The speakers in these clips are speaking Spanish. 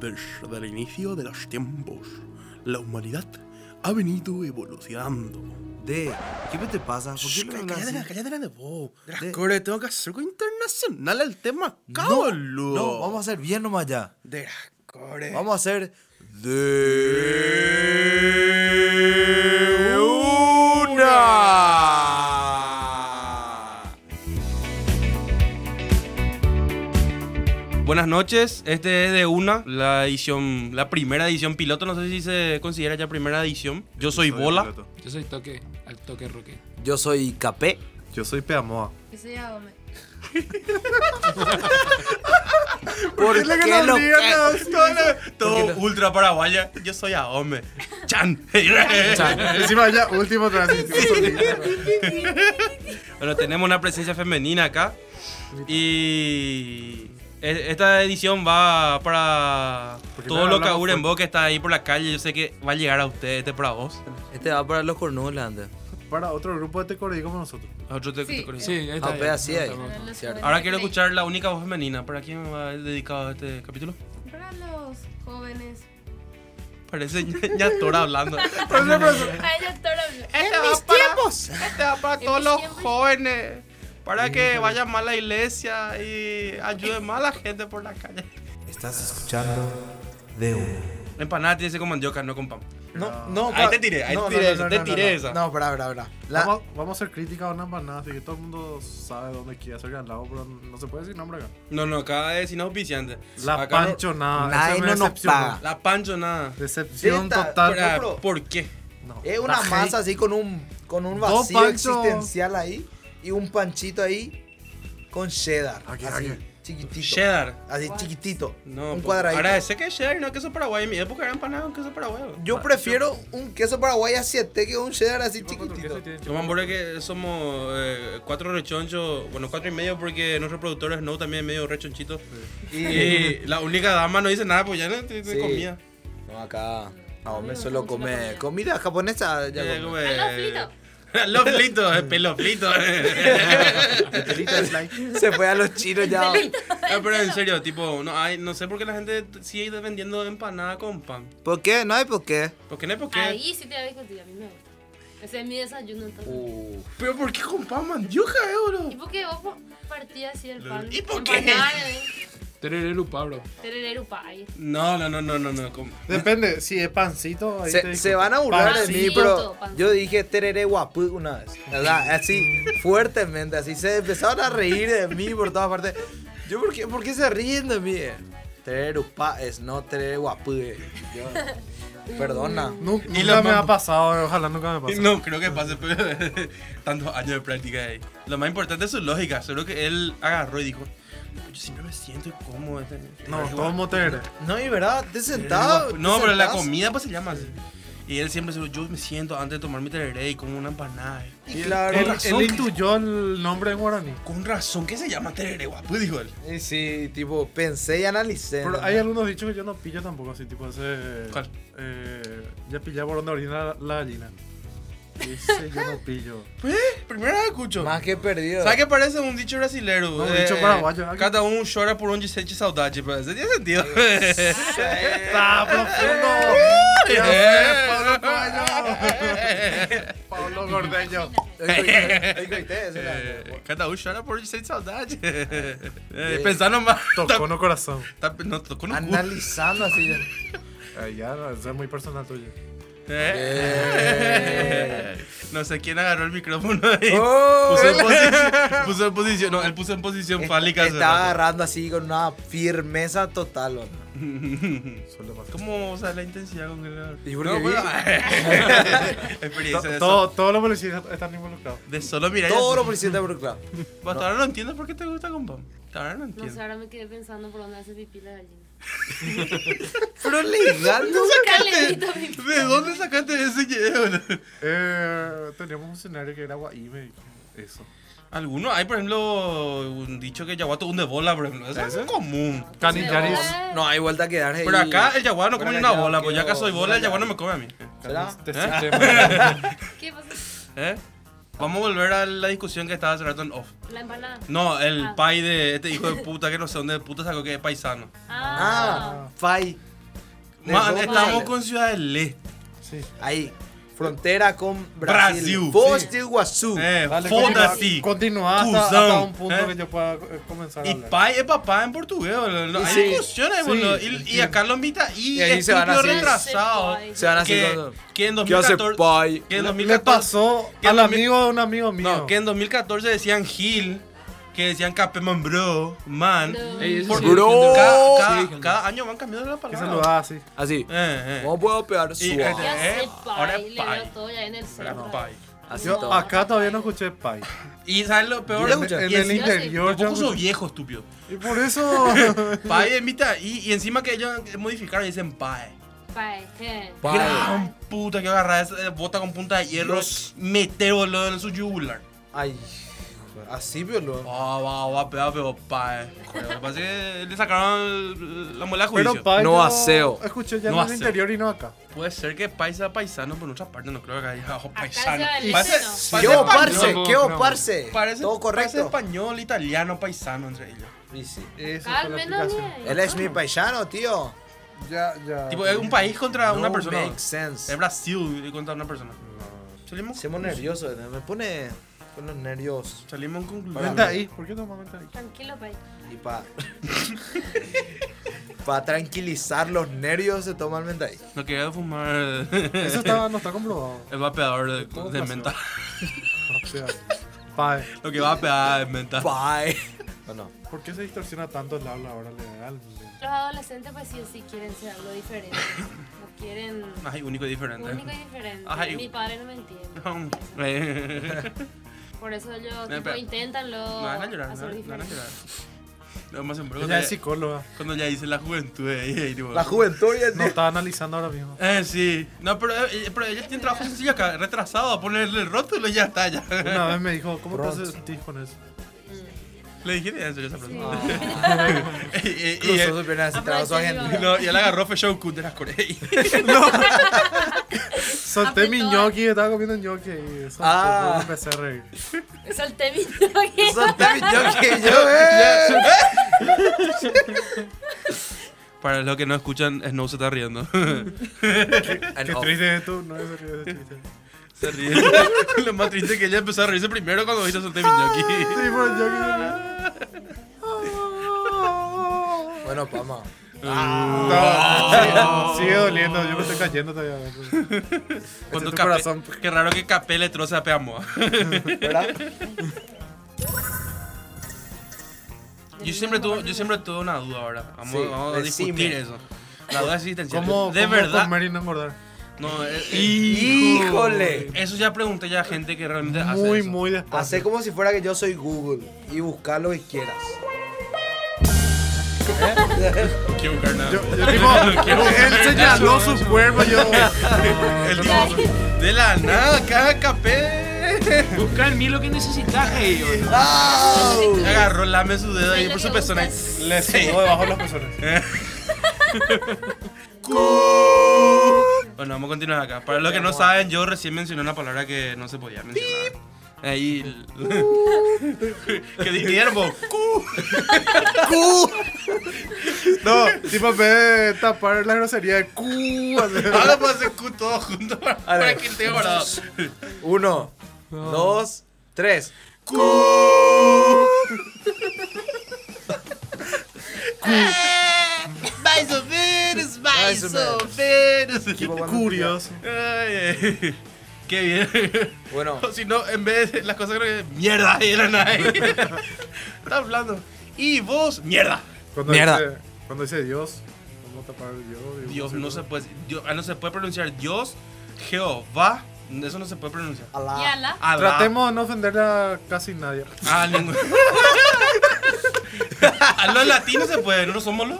desde el inicio de los tiempos, la humanidad ha venido evolucionando. De, ¿qué te pasa? ¿Por qué Shh, me cállate, hablas cállate, así? cállate la de vos. Las De- cosas que tengo que hacer con internacional al tema, No, cabrón. no, vamos a hacer bien nomás ya. De las cores. Eh. Vamos a hacer de una. Buenas noches, este es de una, la edición, la primera edición piloto, no sé si se considera ya primera edición. Yo soy Bola. Yo soy toque, al toque Roque. Yo soy Capé. Yo soy Peamoa. Que se llama. ¿Por qué lo que- Todo ultra paraguaya, yo soy Aome. Chan. Chan. Encima ya, último tránsito. Bueno, tenemos una presencia femenina acá y e- esta edición va para Porque todo lo que hablamos en vos que está ahí por la calle, yo sé que va a llegar a ustedes, este es para vos. Este va para los cornudos, antes. Para otro grupo de tecoreí como nosotros. Nosotros te- Sí. te corregimos. Sí, ahí está. Ah, pues así ahí es. estamos. Para los Cierto. jóvenes Ahora de quiero Play. escuchar la única voz femenina. ¿Para quién va dedicado este capítulo? Para los jóvenes. Parece ña- ñatora hablando. Ay, ya estoy hablando. Este va para, este va para En todos mis los tiempos. jóvenes. Para que vayan más a la iglesia y ayuden más a la gente por la calle. Estás escuchando de una. Empanada tiene que ser con mandioca, no con pan. No, no, Ahí te tiré, ahí te tiré esa, te tiré esa. No, para, para, para. Vamos, vamos a hacer crítica a una empanada, así que todo el mundo sabe dónde quiere hacer al lado, pero no se puede decir nombre acá. No, no, acá es inauspiciante. La Acá no- panchonada. Nadie eso me no nos decepcionó. paga. la pancho nada. Decepción Esta- total. Ahora, bro. ¿Por qué? No. Es Eh, una Baja masa así con un, con un Dos vacío panchos. existencial ahí y un panchito ahí con cheddar. Aquí, así, aquí. chiquitito. Cheddar. Así chiquitito. No, un pues, cuadradito. Ahora, sé que es cheddar y no queso paraguayo. En mi época era empanada un queso paraguayo. Yo prefiero un queso paraguay asiete que un cheddar así chiquitito. Yo me acuerdo que somos eh, cuatro rechonchos, bueno, cuatro y medio porque nuestro productor Snow también es medio rechonchito. Y la única dama no dice nada, pues ya no te, te Sí. comía. No, acá. No, Amigo, me suelo ¿cómo comer se la comía? comida japonesa. Ya Eh, comí. como, eh, Al Los flitos, el pelo flito. Eh, Se fue a los chinos ya. Pero en serio, tipo, no, hay, no sé por qué la gente sigue vendiendo empanada con pan. ¿Por qué? No hay por qué. Porque no es porque. Ahí sí te voy a discutir, a mí me gusta. Ese es mi desayuno entonces. Pero ¿por qué con pan mandioca, eh, bro? ¿Y por qué vos po- partías así el pan? ¿Y por qué? Empanada, eh. Tererelu Pablo. Terererupa, ahí. No, no, no, no, no, no. con- Depende, si es pancito. Ahí te Se, discuto. se van a burlar de Pancito, mí, pero pancito. yo dije tereré guapú una vez. ¿verdad? Así, fuertemente, así. Se empezaron a reír de mí por todas partes. Yo, ¿por qué, por qué se ríen de mí? eh? Tereré upa es no tereré guapú. eh. Yo- Perdona. Mm. Nu- Y nunca la me ha mamá. pasado, eh, ojalá nunca me pase. No, creo que pase pero, tantos años de práctica ahí. Lo más importante es su lógica. Seguro que él agarró y dijo: Yo siempre me siento cómodo. este- No, este- todo motere. No, y verdad, te este- sentado. te No, pero la sentás. comida pues se llama así. Y él siempre se Yo me siento antes de tomar mi tereré y como una empanada. Y claro. Él, razón. él intuyó el nombre en guaraní. Con razón que se llama tereré guapo, dijo él. Y sí, tipo, pensé y analicé. Pero ¿no? hay algunos dichos que yo no pillo tampoco, así tipo ese. ¿Cuál? Eh, ya pillé por donde orina la- la gallina. Ese yo no pillo. ¿Eh? Primera vez escucho. Más que perdido. ¿Sabes qué parece un dicho brasileiro? No, un dicho paraguayo, ¿no? Cada uno llora por onde sente saudade. Pero ese tiene sentido. ¡Está profundo! Ya Eh. sé, pues, Pablo Coelho. Pablo Gordeño. Ahí coité, eso era. É, cada um chora por onde sente saudade. É, pensar no mar. Tocó no corazón. Tá, tá, não, tocou Ah, no cu. Analizando así. Ay, ya, eso es muy personal tuyo. Eh. É. Não sei quem agarrou o microfone aí. Oh, Puso en posición, puso em en posición, no, él puso en posición fálica. hace Estaba rato. agarrando así con una firmeza total. ¿o no? Suele pasar. ¿Cómo o sea, la intensidad con que le agarró? ¿Y por qué bueno, To- experiencia de todo- solo, Todos los policías están involucrados. de solo mirar. y Todo hacer- lo presidente de Brooklyn. Hasta ahora no entiendo por qué te gusta compa. Hasta ahora no No sé, entiendo. ahora me quedé pensando por dónde hace pipí la gallina. Pero legal, ¿no? Calentito, mi- ¿De dónde sacaste ese video? Eh, teníamos un escenario que era Guaime. y Eso. Algunos, hay por ejemplo un dicho que yaguato hunde bola, por ejemplo. Eso es ¿Ese? común. Canillaris. Eh, No hay vuelta que dar. Pero ahí. acá el jaguar no come Pero una ya, bola, ok, pues ya acá no, soy bola, el ya. jaguar no me come a mí. ¿Será? Este sistema. ah, ¿Qué pasa? ¿Eh? Vamos a volver a la discusión que estaba hace rato en off. La empanada. No, el Ah. pai de este hijo de puta que no sé dónde de puta sacó que es paisano. Ah. Ah, Fai. Man, dos estamos países. con Ciudad del Este. Sí. Ahí, frontera con Brasil. Brasil, Foz sí. de Iguazú. Eh, Dale, foda continúa- así. Continúa hasta, Cusão, hasta un punto eh. que yo pueda eh, comenzar a Y hablar. pai es papá en portugués, boludo. No, Y Hay sí, discusiones, sí, boludo. Y- Y, entiendo. acá lo mitad y, Y ahí se van estúpido así. retrasado. Se van así Que, con- que en ¿Qué hace 2014. pai? que en Le- 2014 Le pasó que en al 2000 amigo de un amigo mío. No, que en 2014 decían Gil, que decían Capeman Bro, Man. Bro. Ey, eso Porque sí. Bro. Cada, cada- cada año van cambiando la Que palabra. saludaba así. Así. Eh, eh. ¿Cómo puedo pegar Y- ¿Qué suave? hace, Eh, pai? ahora es Le pai. veo todo ya en el centro. Era pai. Así Yo todo. acá todavía no escuché Pai. Y sabes lo peor. Yo escuché. En y el encima- interior yo Tampoco soy escuché- viejo, estúpido. Y por eso. Pai es mitad. Y, y encima que ellos modificaron y dicen pai. Pai, eh. Pai. Gran puta que agarrar esa eh, bota con punta de hierro, meter boludo en su yugular. Ay, así, violó. Va, va, va, pegado, pero pai. Lo que pasa es que le sacaron el- la muela de juicio. Pero Pai. No yo aseo. Escuché ya No en el aseo. interior y no acá. Puede ser que pai sea paisano por nuestra parte, no creo que haya abajo paisano. sea el Parece- latino. ¿Qué parece hubo, español. parce? no, ¿Qué hubo, no. parce? Parece, Todo parece correcto. español, italiano, paisano entre ellos. Y sí. Eso Al fue la menos explicación. bien. Él es mi paisano, tío. Ya, ya. Tipo, es un país contra Ah, una No persona. makes sense. Es Brasil contra una persona. Salimos, Se pone nervioso, ¿verdad? me pone con los nervios salimos en conclusión. Venta ahí. ¿Por qué toma venta Eh. ahí? Tranquilo, pai. y para para tranquilizar los nervios se toma el mentaí. No quería fumar Eso está, no está comprobado. el vapeador de, Todo de pasó. menta. O sea, Pai. Lo que vapea es menta. Bye. eh. No, no. eh. ¿Por qué se distorsiona tanto el habla ahora legal? Los adolescentes, pues sí, sí quieren ser algo diferente. No quieren Ay, único y diferente. único y diferente. Ay. Mi padre no me entiende. Eh, Por eso yo, No, tipo, pero- inténtanlo. no van a llorar, no, Oh, hacer no van a diferente. llorar. Lo más seguro Ella cuando es ya, psicóloga. cuando ya dice la juventud ahí, ahí, tipo, La juventud hoy en No día. está analizando ahora mismo. Eh, sí. No, pero, eh, pero ella tiene trabajo sencillo acá, retrasado, a ponerle el rótulo y ya está, ya. Una vez me dijo, ¿cómo Pronto. te sentís con eso? Le dije, en serio esa pregunta. y, y- y- Cruzó su pierna así, trabó su Aprovechó agenda. no, y él agarró Show Cut de las Coreas. Solté mi Apretó. ñoqui, estaba comiendo ñoqui y solté, Ah. luego empecé a reír. Es el temito que Solté mi yo que yo, eh. Para los que no escuchan, Snow se está riendo. And Qué off. triste es tú, no es serio ese chiste. se ríe. Lo más triste es que ella empezó a reírse primero cuando viste solté mi Sí, ñoqui. por el ñoqui no, Bueno, pama. Ah. no. Sigue doliendo, yo me estoy cayendo todavía. pues. Cuando tu Capé- corazón. Qué raro que Capé le troza a Peamoa. ¿Verdad? Yo siempre, tuve, yo siempre tuve una duda ahora. Vamos, Sí, vamos a decime. discutir eso. La duda existencial. ¿Cómo, de cómo verdad. comer y no engordar? No, eh, eh, Híjole. eso ya pregunté ya a gente que realmente hace Muy, eso. muy despacio. Hacé como si fuera que yo soy Google y busca lo que quieras. No quiero buscar nada. Yo, yo tipo, él señaló su cuerpo, yo... El tipo, de la nada, caja Capé. Busca en mí lo que necesitas, hey, boludo. Agarró, lame su dedo Soy ahí lo por que su persona. buscas. Le sudó debajo de las personas. Bueno, vamos a continuar acá. Para los que no saben, yo recién mencioné una palabra que no se podía mencionar. Ahí. que di Guillermo. cu. No, tipo, en vez de tapar la grosería de cu, así. Ahora puedo hacer cu todo junto para, para que esté guardado. Uno, dos, tres. Vais a ver, Vais a Equipo cuando- curioso. Ay, ay. Qué bien. Bueno, O si no, en vez de las cosas que mierda, ahí eran ahí. Está hablando. Y vos, mierda. Cuando Mierda. Dice, cuando dice Dios, ¿cómo tapar el Dios? Dios no se puede Dios, ah, no se puede pronunciar Dios, Jehová. Eso no se puede pronunciar. Y Alá. ala. Alá. Tratemos de no ofender a casi nadie. Ah, ningún- A los latinos se puede, no somos los.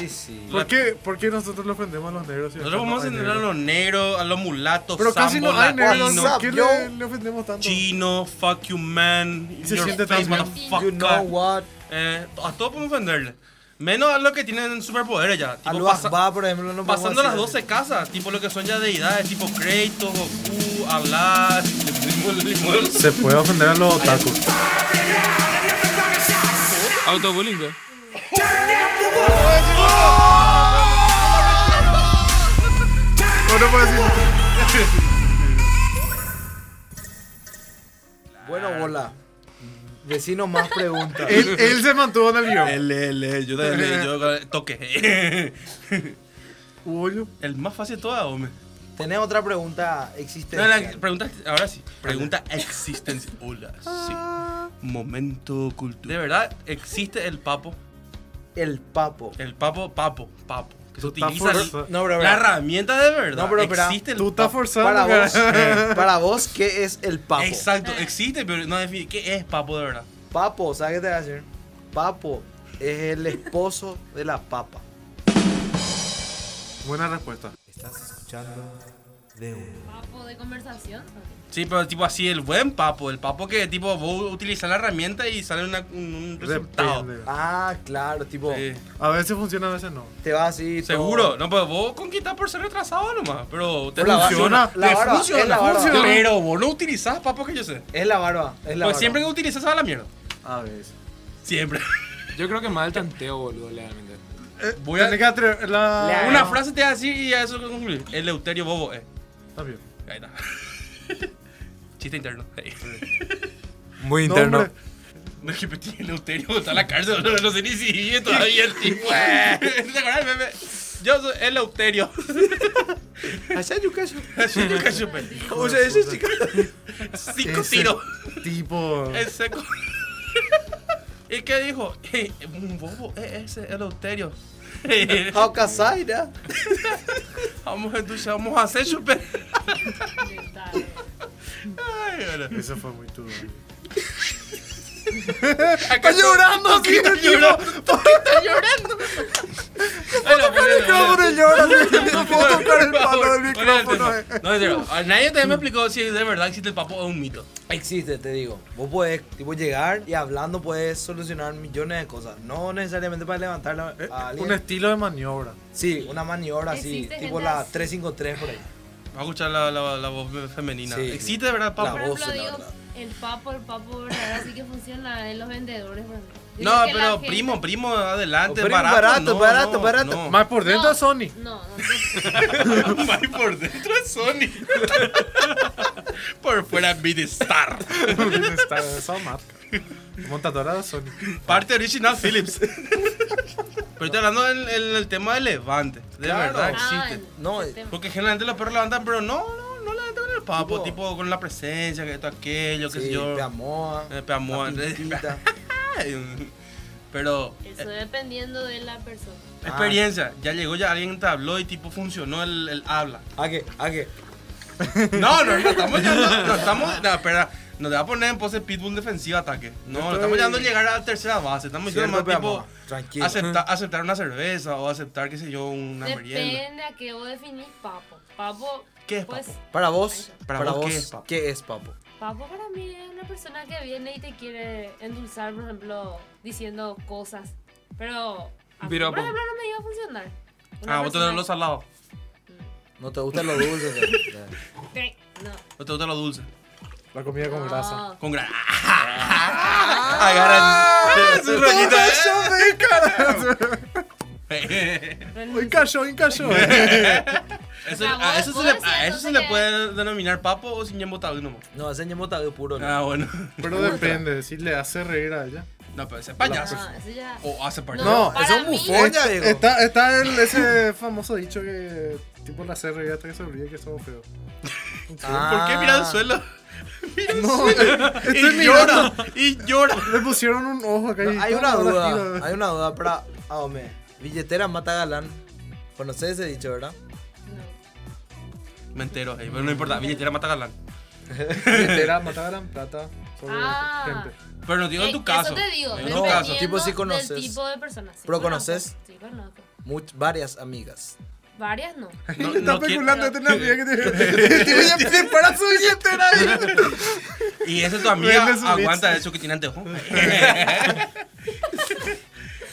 Y sí. ¿Por qué, por qué nosotros le ofendemos a los negros? y acá Nosotros no vamos a hay entender a negros? los negros, a los mulatos, Pero casi sambo, no hay negros. latino, ¿Por qué le, Yo- le ofendemos tanto? chino, fuck you man, Se your siente face, tan bien. motherfucker. You know what? Eh, a todos podemos ofenderle. Menos a los que tienen superpoderes ya. Tipo, Al pasa- Akbar, por ejemplo, no podemos pasando las decir- 12 casas, tipo lo que son ya deidades, tipo Kratos, Goku, Alá, Limón, Limón. Se puede ofender a los otakus. Autobullying, ¿eh? no puedo decir. Bueno, bola. Vecino más preguntas. Eh. Él, él se mantuvo en el guión. L, L, yo también leí, yo toque. Hubo yo. El más fácil de todas, hombre. ¿Tenés otra pregunta No, existencial? la pregunta, ahora sí. Pregunta existencia. Hola, sí. Momento De cultural. verdad, existe el papo. El papo. El papo, papo, papo. Que se Tú estás utiliza el- forzando. No, pero, la pero, herramienta de verdad. No, pero, pero, existe el Tú estás papo. forzando. para vos, eh, cara. para vos, ¿qué es el papo? Exacto, existe, pero no define. ¿Qué es papo de verdad? Papo, ¿sabes qué te va a hacer? Papo es el esposo de la papa. Buena respuesta. Papo de conversación. Sí, pero tipo así, el buen papo, el papo que tipo vos utilizas la herramienta y sale una- un, un resultado. Depende. Ah, claro, tipo, Sí. A veces funciona, a veces no. te vas así. todo- Seguro, no, pues vos conquistás por ser retrasado nomás, pero te Pero la barba- funciona. la te barba, es funciona, la barba. funciona. Pero vos no utilizás papo que yo sé. Es la barba, es la Pues barba. siempre que utilizas se va a la mierda. A veces. Siempre. Yo creo que más el tanteo, boludo, legalmente. Eh, Voy a- Tenés que atrever- la- Le- Una no. frase te así y a eso que concluir. El Eleuterio Bobo, eh. Está bien. Ahí está. Chiste interno. Ey. Muy No, interno. hombre. No, que metí el Eleuterio, está en la cárcel, no, no sé ni si vive todavía el tipo. ¿Te acuerdas el meme? Yo soy el Eleuterio. Allá hay un cacho. Así nunca supe. O sea, ese chico. Cinco Ese tiros. Tipo. El seco. ¿Y qué dijo? Ey, Un bobo, eh, ese Eleuterio. Ey, How Casaira. Vamos a entusiasmar, vamos a hacer chupe. Detalle. Ay, ahora. Eso fue muy duro. Acá está llorando, sí, está llorando. está llorando? llora. No puedo tocar el palo del micrófono. Eh, No, en serio, a nadie también me explicó si de verdad existe el papo o un mito. Existe, te digo. Vos podés, tipo, llegar y hablando puedes solucionar millones de cosas. No necesariamente para levantar la- Eh, a un alguien. estilo de maniobra. Sí, una maniobra así, Existe tipo gente la así. 353 por ahí. Va a escuchar la, la, la voz femenina. Sí. ¿Existe de verdad el La papo? Por voz ejemplo, de la digo, verdad. el papo, el papo, ¿verdad? Así que funciona en los vendedores, ¿verdad? Digo No, que la pero gente- primo, primo, adelante, Primo, barato, barato, no, barato, no, barato. no. Más por dentro No. Sony. No, no, no. Más por dentro es Sony. por fuera Star. Está esa marca. Montadora de Sony. Parte original Philips. Pero estoy hablando en, en el tema de Levante. De Claro. verdad Ah, existe. No, eh, el tema. Porque generalmente los perros levantan, pero no, no, no levantan con el papo. Tipo- Tipo con la presencia, que esto, aquello, qué sí, sé yo. Peamoa. Eh, Peamoa, la eh, Pintita. Pero Eso eh, dependiendo de la persona. experiencia, ya llegó ya alguien te habló y tipo funcionó el, el habla. ¿A qué? ¿A qué? No, no, no estamos ya no, no estamos, no, espera, nos va a poner en pose pitbull defensiva ataque. No, no estamos Estoy- llegando a llegar a la tercera base, estamos diciendo Cierto, más tipo Peamoa. Tranquilo. acepta- aceptar una cerveza o aceptar qué sé yo una merienda. Depende a qué vos definís papo. Papo, ¿Qué es pues, papo? Para vos, Para para, vos, vos, ¿qué es papo? ¿qué es papo? Papo para mí es una persona que viene y te quiere endulzar, por ejemplo, diciendo cosas. Pero a mí, por Piropo. ejemplo, no me iba a funcionar. Una pues, Ah, vos tenés persona- lo salado, No te gustan los dulces. ¿eh? ¿Qué? No. no te gusta lo dulce. La comida con grasa. No. Con gran. Ah. Agarra el- su rollito. eh. Un cacho, un cacho. Eso, O sea, a vos- ah, eso, se vos le, a decís eso se entonces le que- puede denominar papo o sin embotado nomás. no, ese ñemota de puro. ¿no? Ah, bueno. Pero depende, si le hace reír a ella. No, pero ese payaso. No, eso ya. O hace payaso. No, para eso es un mí- bufón. Coña, Este- digo. está está el, ese famoso dicho que tipo le hace reír hasta que se olvide que somos feos. Ah. ¿Por qué mira al suelo? Mira al No, suelo. estoy y llora. Y llora. Le pusieron un ojo acá y Hay una ahora duda, gira. hay una duda para Aome. Billetera mata galán. Conocés ese dicho, ¿verdad? No. Me entero, ey, pero no importa. Billetera mata galán. Billetera, mataran plata sobre Ah. gente. Pero no digo en Eh, tu caso. Eso te digo. En tu No, caso. tipo, sí dependiendo conoces. Del tipo de personas. Sí Pero conozco, conoces. Sí, conozco. Much- varias amigas. Varias no. No, Está no quiero- especulando, esta es una amiga que tiene. El tipo ya pide para su billetera. Y esa es tu amiga. Vende su Aguanta eso que tiene anteojo.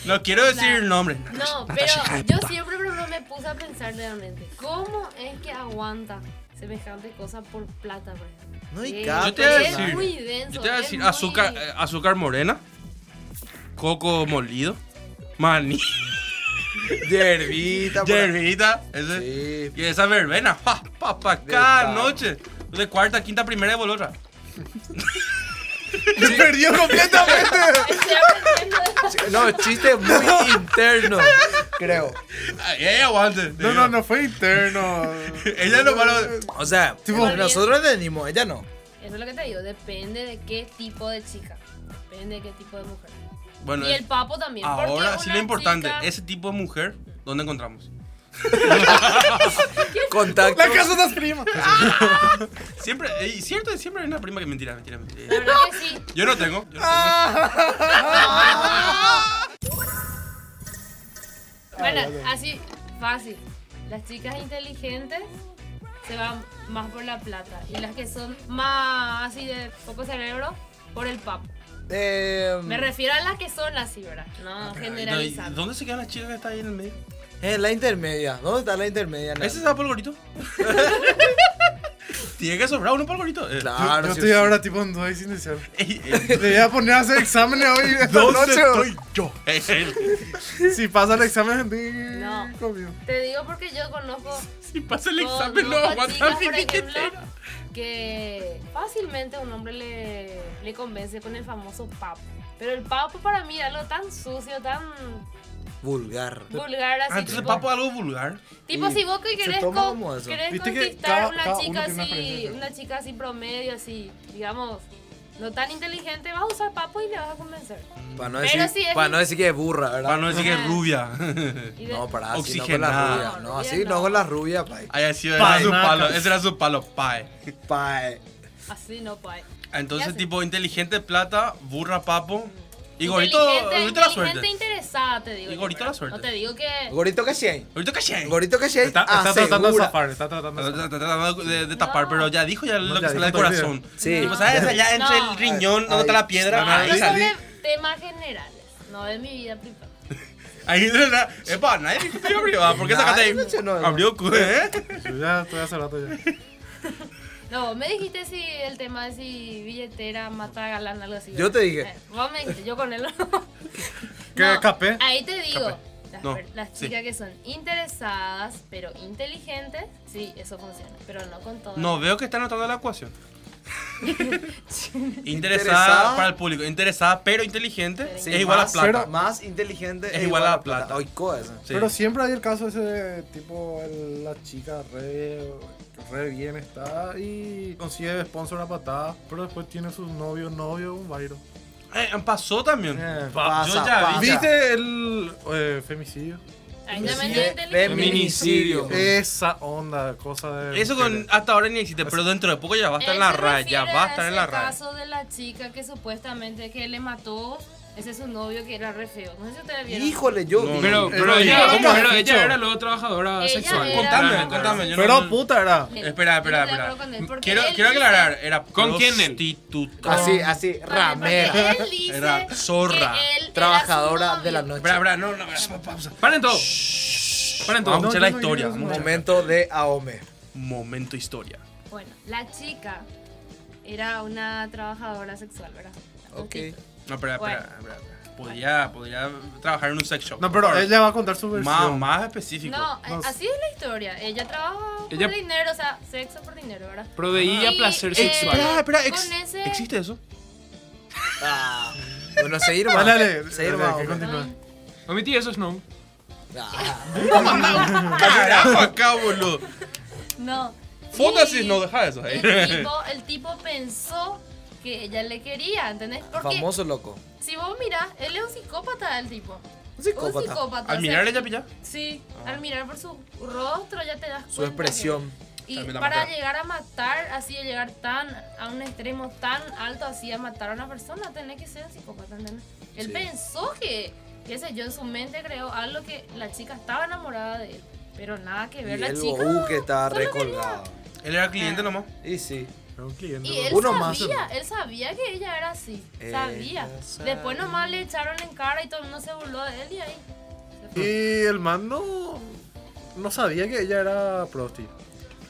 No quiero decir nombres. No, pero yo siempre por ejemplo, me puse a pensar realmente, ¿cómo es que aguanta semejante cosa por plata, por ejemplo? No, y Eh, cada Yo te voy a es decir- muy denso, Yo te voy a es decir muy- azúcar, eh, azúcar morena, coco molido, maní. Yerbita. por- Yerbita, ese. Sí. Y esa verbena, pa, pa, pa, cada noche. De cuarta, quinta, primera y bolotra. Se perdió completamente. Estoy aprendiendo de- No, chistes muy internos, creo. Ay, Ella aguante. No, no, no fue interno. Ella no paró. O sea, Tipo- nosotros entendimos, ella no. Eso es lo que te digo, depende de qué tipo de chica. Depende de qué tipo de mujer. Bueno, y el papo también. porque ahora sí una lo importante, chica- ese tipo de mujer, ¿dónde encontramos? Contacto. las primas. Siempre, es cierto, siempre hay una prima que mentira, mentira, mentira. La verdad que sí. Yo no tengo. Yo no tengo. Ah. Bueno, así, fácil. Las chicas inteligentes se van más por la plata. Y las que son más así de poco cerebro, por el papo. Eh, Mm. Me refiero a las que son así, ¿verdad? No, No, ¿y generalizando. ¿Dónde se quedan las chicas que están ahí en el medio? en eh, la intermedia. ¿Dónde está la intermedia? Nat? ¿Ese es el polvorito? Tiene que sobrar uno polvorito. Eh, Claro, yo Ah, sí, estoy sí. ahora tipo en doy sin desear. eh, eh, Le voy a poner a hacer exámenes hoy esta ¿Dónde noche. estoy yo? eh, eh. Si pasa el examen, di- No. conmigo. Te digo porque yo conozco Si pasa el Con examen, no ropa aguanta chica, mi por ejemplo, billetera. Que fácilmente un hombre le, le convence con el famoso papo. Pero el papo para mí es algo tan sucio, tan Vulgar. vulgar así. Ah, entonces tipo, papo es algo vulgar. tipo, si vos que Se querés, toma con- como eso. querés Viste que conquistar cada- una cada uno chica tiene una así, preferencia. una chica así promedio, así, digamos, no tan inteligente, vas a usar papo y le vas a convencer. Para no, Pero decir, sí es- para no decir que es burra, ¿verdad? Para no decir que es Ah. rubia. Y de- No, para así, no con las Oxigenada. rubias. No, No, así rubia no no. con las rubias, pai. Ahí ha sido era su Panacas. palo. Ese era su palo, pae. Pai. Así no puede. Ya Entonces, sé. tipo, inteligente plata, burra papo. Y gorito, Inteligente- gorito la inteligente suerte. interesada, te digo. Y yo, gorito la ¿verdad? suerte. No te digo que... Gorito Cachén. Gorito caché. Gorito Cachén. Está, está tratando de asegura. zafar, está tratando de Está zafar. tratando de, de tapar, No. pero ya dijo ya lo ya que sale del dijo todo el corazón. Sí. Tipo, ¿sabes? Allá entre No. el riñón, donde está la piedra. Hablo Ahí sale. sobre temas generales, no de mi vida privada. Ahí de la. Epa, nadie dijo que iba a privada. ¿Por qué Nadie sacaste mencionó ahí? eso. Abrió cu- ¿eh? Yo ya estoy hace rato ya. No, me dijiste si el tema de si billetera mata a galán, algo así. Yo ¿verdad? te dije. Eh, Vos me dijiste, yo con él. ¿Qué, No, escapé? Ahí te digo. Las, No, per- las sí. chicas que son interesadas, pero inteligentes, sí, eso funciona. Pero no con todo. No, veo que está anotando la ecuación. Interesada. interesada para el público. Interesada, pero inteligente. Sí, es igual a más- plata. Más inteligente e Es igual a plata. Hoy cosa. Sí. Pero siempre hay el caso ese de tipo el- la chica re, re bien está y consigue sponsor a patada, pero después tiene su novio, novio, un vairo. Eh, pasó también. Eh, Pa- yo pasa, ya Ah, pasa. ¿Viste el eh, femicidio? Ahí también eh, Fe- eh, es inteligente. feminicidio. Esa onda, cosa de. Eso con, mujeres. hasta ahora ni existe, pero dentro de poco ya va a estar en la raya, va a estar en la El raya. caso de la chica que supuestamente que le mató, ese es su novio que era re feo. No sé si ustedes vieron. Híjole, yo. No, Pero, Eh, pero no, ella, no, no, pero no, ella no. era luego trabajadora Ella sexual. era- Contame, Claro. contame. Yo Pero no, puta era. Él- espera, espera, yo no estoy de acuerdo espera. con él porque Quiero, él quiero dice- aclarar, era ¿Con quién él? prostituta. Así, así, Vale, porque ramera. Él dice Era zorra. que él era su Trabajadora novio. de la noche. Espera, espera, no, no, espera, pausa. Paren todo. Paren todo. Vamos a No, escuchar yo la no, yo historia. no, yo no. vamos a escuchar- Momento de Aome. Momento historia. Bueno, la chica era una trabajadora sexual, ¿verdad? Ok. No, espera, espera, espera, espera. Podría, podría trabajar en un sex shop. No, pero Ahora, ella va a contar su versión. más, más específico. No, No, eh, así es la historia. Ella trabaja por Ella- dinero, o sea, sexo por dinero, ¿verdad? Proveía Y, placer eh, sexual. Espera, espera, Con ex- ese- ¿existe eso? Ah, bueno, seguir más. Dale, Seguir dale, más. que Aome. continúe. Omití eso, Snow. Ah, Carajo acá, boludo. No. Fótase, Y no, deja eso ahí. El tipo, el tipo pensó que ella le quería, ¿entendés? Porque famoso loco. si vos mirás, él es un psicópata, el tipo. Un Un psicópata. psicópata. Al o sea, mirarle ya pillá. Sí, al mirar por su rostro ya te das cuenta. Su expresión. que- y También la para matar. llegar a matar, así, a llegar tan a un extremo tan alto, así, a matar a una persona, tenés que ser un psicópata, ¿entendés? Él Sí. pensó que, qué sé yo, en su mente creó algo que la chica estaba enamorada de él. Pero nada que Y ver, la el chica. bobú que estaba solo quería- recolgado. Él era Ah. cliente nomás. Y sí. Era un cliente, Y ¿no? él Uno más. sabía, él sabía que ella era así. Ella Sabía. Después nomás le echaron en cara y todo el mundo se burló de él y ahí. se fue. Y el man no, no sabía que ella era prosti.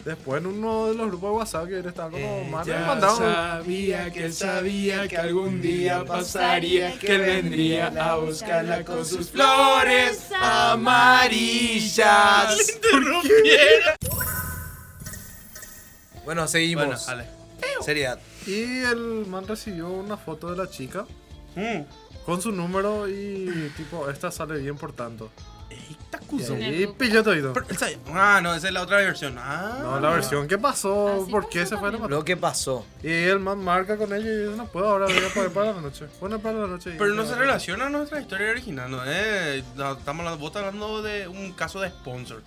Después en uno de los grupos de WhatsApp que él estaba como más Ya mandado. sabía que él sabía que algún día pasaría, que él vendría a buscarla con sus flores amarillas. Bueno, Bueno, seguimos. dale. Seriedad. Y el man recibió una foto de la chica Mm. con su número y tipo, esta sale bien por tanto. Ey, Y tacuzo. ahí pilló todo. Pero, esa- Ah, no, esa es la otra versión. Ah. No, la versión que pasó, Así ¿por qué pasó se fue la también. mató? Lo que pasó. Y el man marca con ella y dice, no puedo, ahora voy a pagar para la noche. Bueno, para la noche. y Pero no ya, se bueno. relaciona a nuestra historia original, ¿no? Eh, no, estamos hablando, vos estás hablando de un caso de sponsor.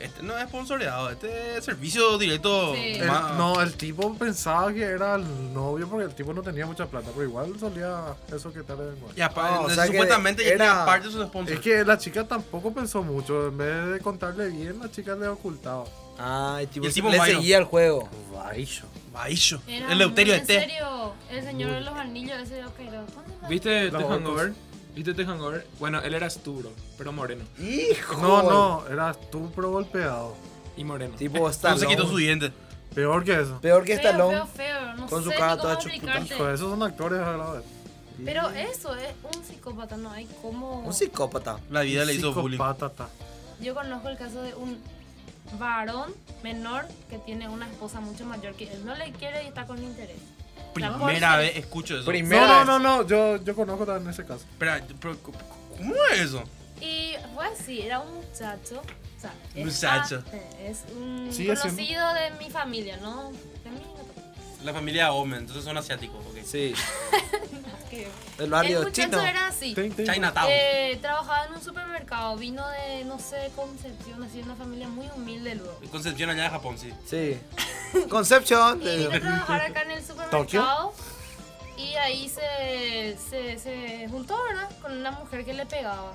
Este no es sponsoreado, este es servicio directo. Sí. El- más- no, el tipo pensaba que era el novio porque el tipo no tenía mucha plata, pero igual solía eso que tal vez en cuando. Y aparte, No, o sea que supuestamente ya era- tenía parte de sus sponsors. Es que la chica tampoco pensó mucho, en vez de contarle bien, la chica le ocultaba. Ah, el tipo, Y el tipo le bailó. seguía el juego. Baillo. Era El Euterio muy- En este. serio, el señor de los anillos, ese yo creo. ¿Dónde va? ¿Viste The Los orcos. Hangover? ¿Viste The Hangover? Bueno, él era esturo, pero moreno. Hijo. No, no, eras tú pero golpeado. Y moreno. Tipo No se quitó su Stallone. diente. Peor que eso. Peor que Feo, feo, Stallone. feo. No con su sé ni cara cómo toda explicarte. Hijo, esos son actores ahora. Pero eso es un psicópata, no hay como... Un psicópata. La vida le hizo bullying. Psicopátata. Yo conozco el caso de un varón menor que tiene una esposa mucho mayor que él no le quiere y está con interés. Primera vez escucho eso. Primera No, no, vez. no, no, yo, yo conozco también ese caso. Espera, pero, ¿cómo es eso? Y fue así, era un muchacho. O sea, es Muchacho. parte, Es un Sigue siendo. conocido de mi familia, ¿no? De mí, La familia Omen, entonces son asiáticos, ok. Sí. no, que- El El barrio muchacho chino. era así. Tin, tin. Chinatown. Eh, trabajaba en un supermercado, vino de, no sé, Concepción, así de una familia muy humilde luego. Concepción allá de Japón, sí. Sí. Concepción. Y vino a trabajar acá en el supermercado. Y ahí se, se, se juntó, ¿verdad? Con una mujer que le pegaba.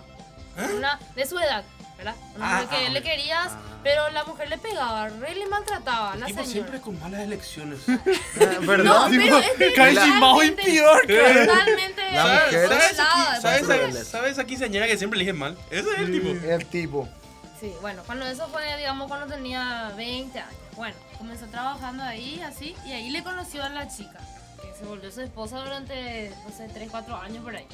Una de su edad, ¿verdad? Una Ah, mujer que ah, le ok. querías, pero la mujer le pegaba, re le maltrataba, la señora. con malas elecciones. No, Eh, ¿Verdad? pero es Caishimao y peor, cara. Totalmente. La mujer- ¿Sabes, controlada, aquí- ¿sabes, ¿verdad? a- ¿Sabes a quinceañera que siempre eligen mal? Ese es el tipo. El tipo. Sí, bueno, cuando eso fue, digamos, cuando tenía 20 años. Bueno, comenzó trabajando ahí, así, y ahí le conoció a la chica, que se volvió su esposa durante, no sé, 3, 4 años por ahí.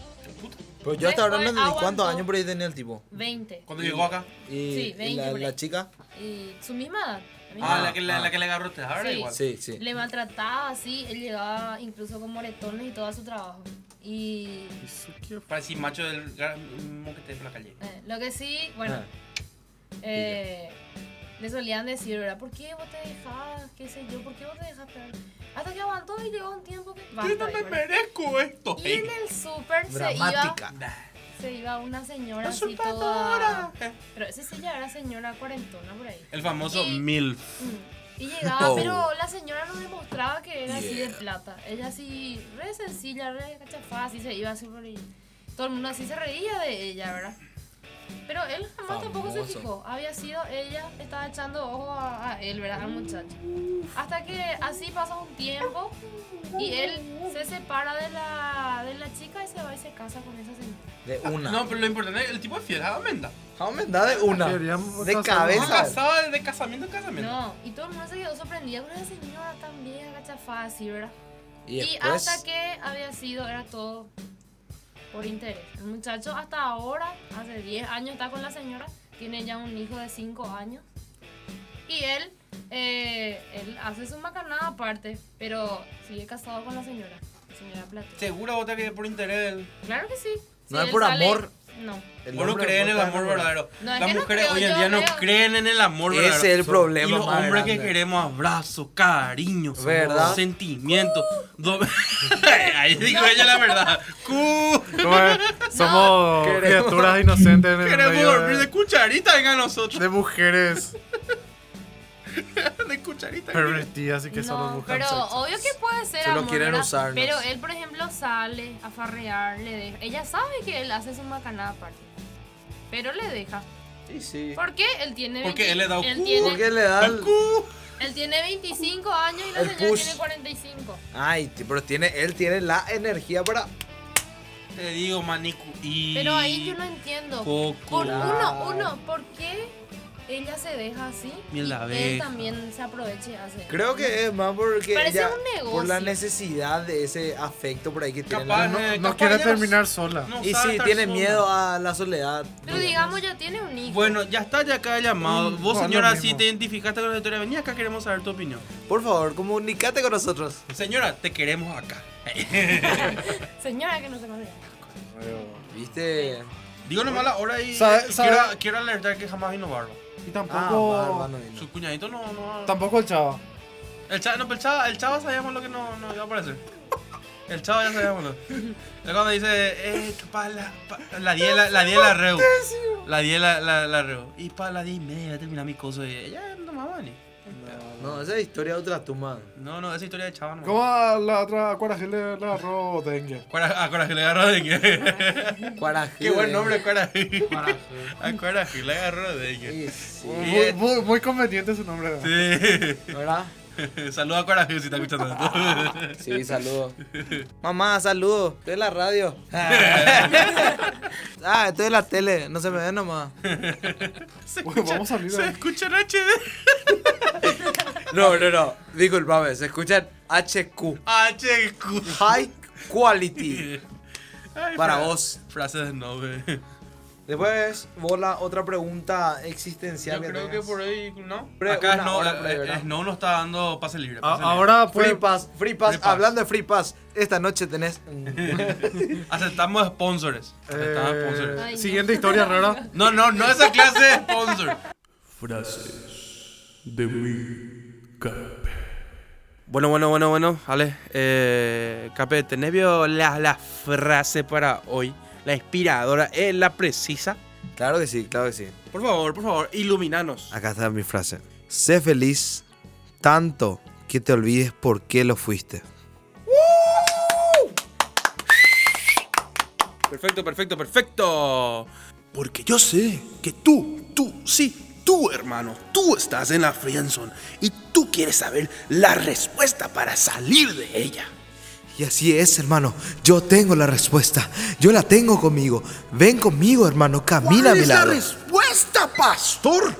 Pero yo hasta ahora no entendí Aguantó. cuántos años por ahí tenía el tipo. 20. Cuando llegó acá. Y, Sí, y 20 la, por ahí. la chica. Y su misma edad. la misma Ah, edad. la que, la, ah. la que le agarró te ahora Sí. igual. Sí, sí. Le maltrataba así, él llegaba incluso con moretones y todo a su trabajo. Y Parecía macho del gran moquete por la calle. eh, lo que sí, bueno, Ah. Eh, le solían decir, ¿verdad? ¿Por qué vos te dejás? ¿Qué sé yo? ¿Por qué vos te dejaste? Hasta que aguantó y llegó un tiempo que... basta, Yo no me ¿verdad? merezco esto. y en el súper se iba, Dramática. se iba una señora La así usurpadora. toda... Pero esa sí ya era señora cuarentona por ahí. El famoso Y- MILF. Mm. Y llegaba, Oh. pero la señora no demostraba que era así de plata. Ella así, re sencilla, re cachafada, así se iba así por ahí. Todo el mundo así se reía de ella, ¿verdad? Pero él jamás tampoco se Famoso. fijó. Había sido ella, estaba echando ojo a, a él, ¿verdad? Al muchacho. Hasta que así pasa un tiempo y él se separa de la, de la chica y se va y se casa con esa señora. De una. No, pero lo importante es el tipo es fiel ah, a Amenda. Vamos a mandar de una. Queríamos De casarnos. No cabeza. casaba de casamiento en casamiento. No, y todo el mundo se quedó sorprendido con esa señora también, cachafada, así, ¿verdad? Y Y después. hasta que había sido, era todo por interés. El muchacho hasta ahora, hace 10 años está con la señora, tiene ya un hijo de 5 años. Y él, eh, él hace su macanada aparte, pero sigue casado con la señora, la señora Plata. Seguro vota que por interés. del- Claro que sí. Si No es él por amor. No. el Vos no hombre creen en el está amor enamorado. verdadero. No, es Las que no mujeres creo, hoy en yo día no creo- creen en el amor Ese es verdadero. el problema. Y los más hombres que grande. queremos abrazos, cariño, ¿Verdad? sentimientos. Uh. do- Ahí dijo ella la verdad. Cu- ¿Cómo es? eh, Somos Queremos- criaturas inocentes en el Queremos medio dormir de, de cucharita, venga a nosotros. de mujeres De cucharita. pervertidas y que solo No, buscan pero sexo. obvio que puede ser Solo amor, quieren ¿verdad? usarnos. Pero él, por ejemplo, sale a farrear, le deja. Ella sabe que él hace su macanada aparte, pero le deja. Sí, sí. ¿Por qué? Él tiene, Porque 20 él le da un él cu- tiene, Porque le da el. Cu- él tiene 25 años y la El señora push. tiene 45. Ay, t- pero tiene, él tiene la energía para. Te digo, manicu. Y... Pero ahí yo no entiendo. Coco. Por uno, uno, ¿por qué ella se deja así. Ni la y él abeja. también se aprovecha y hace. Creo que es más porque Parece ella- un negocio. por la necesidad de ese afecto por ahí que tiene. la- Capaz, No, Eh, no capaz quiere ya no- terminar sola. No y sabe sí, estar tiene sola. miedo a la soledad. Pero digamos, ya tiene un hijo. Bueno, ya está, ya acá el llamado. Mm, Vos, no, lo señora, si mismo. te identificaste con la historia, vení acá, queremos saber tu opinión. Por favor, comunícate con nosotros. Señora, te queremos acá. Señora que no se conoce. ¿Viste? Digo nomás la hora y Sabe- y sabe- Quiero, quiero alertar que jamás vino barba. Y Ah, tampoco. bárbaro, no vino. Su cuñadito no... no tampoco el chavo. el chava, no, pero el chava, el chava sabíamos lo que no, no iba a aparecer. El chava ya sabíamos lo. Es cuando dice, eh, que pa' la, pa- la 10 la, la, diez la reu. La 10 la, la, la reu. Y para la 10 y media termina mi cosa y ella no tomaba ni. No, esa es historia de otra tumba. No, no, esa historia de chava no. ¿Cómo a la otra cuarajil le la robo dengue? Cuara- a Coraje le agarró de que. Cuaraje. Qué buen nombre, Coraje. A Coraje le agarró de que. Sí, sí. eh. Muy, muy, muy conveniente su nombre. ¿verdad? Sí. ¿Verdad? Saluda a Coraje si está escuchando esto. Sí, saludos. Mamá, saludos. Estoy en la radio. ah, estoy en la tele. No se me ve nomás. Se Uy, vamos a salir de Se ahí. escucha en HD. No, no, no. Disculpame, se escuchan HQ. HQ. High quality. Ay, Para fra- vos. Frases de Nobel. Después, bola, otra pregunta existencial. Yo creo que tengas. por ahí, ¿no? Pre- Acá una Snow, hora por ahí, eh, ¿verdad? Snow nos está dando pase libre. A- pase libre. ahora Ah, pues, Free puede. pass, free pass, Free pass. Hablando de free pass, esta noche tenés. Aceptamos sponsors. Aceptamos eh, sponsors. Ay, no. siguiente historia rara. No, no, no esa clase de sponsor. Frases de mi carpe. Bueno, bueno, bueno, bueno, Ale, eh, Cape, ¿tenés vio la, la frase para hoy? La inspiradora, eh, la precisa. Claro que sí, claro que sí. Por favor, por favor, iluminanos. Acá está mi frase. Sé feliz tanto que te olvides por qué lo fuiste. Perfecto, perfecto, perfecto. Porque yo sé que tú, tú, sí, tú, hermano, tú estás en la friendzone y tú quieres saber la respuesta para salir de ella. Y así es, hermano. Yo tengo la respuesta. Yo la tengo conmigo. Ven conmigo, hermano. ¿Cuál Camina a mi es la lado. respuesta, pastor?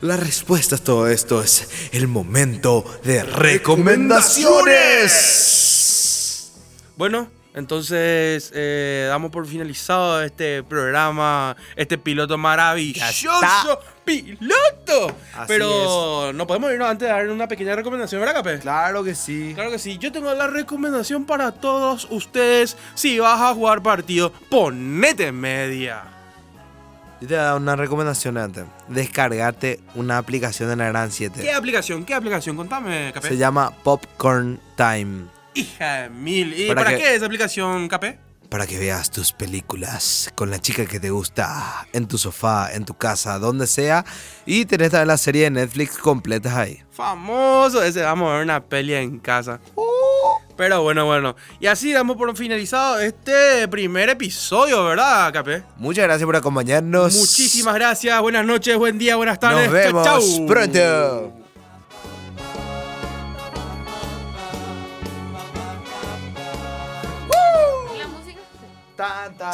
La respuesta a todo esto es el momento de recomendaciones. Bueno, entonces eh, damos por finalizado este programa, este piloto maravilloso. ¡Piloto! Así Pero no podemos irnos antes de dar una pequeña recomendación, ¿verdad, Cape? Claro que sí. Claro que sí, yo tengo la recomendación para todos ustedes. Si vas a jugar partido, ponete en media. Yo te voy a dar una recomendación antes. Descargarte una aplicación de la Gran 7. ¿Qué aplicación? ¿Qué aplicación? Contame, Capé. Se llama Popcorn Time. Hija de mil. ¿Y ¿Para para, qué? qué es aplicación, Capé? Para que veas tus películas con la chica que te gusta, en tu sofá, en tu casa, donde sea. Y tenés también la serie de Netflix completas ahí. Famoso ese, vamos a ver una peli en casa. Pero bueno, bueno. Y así damos por finalizado este primer episodio, ¿verdad, Capé? Muchas gracias por acompañarnos. Muchísimas gracias, buenas noches, buen día, buenas tardes. Nos Chau, vemos chau. pronto. ¿Y la música?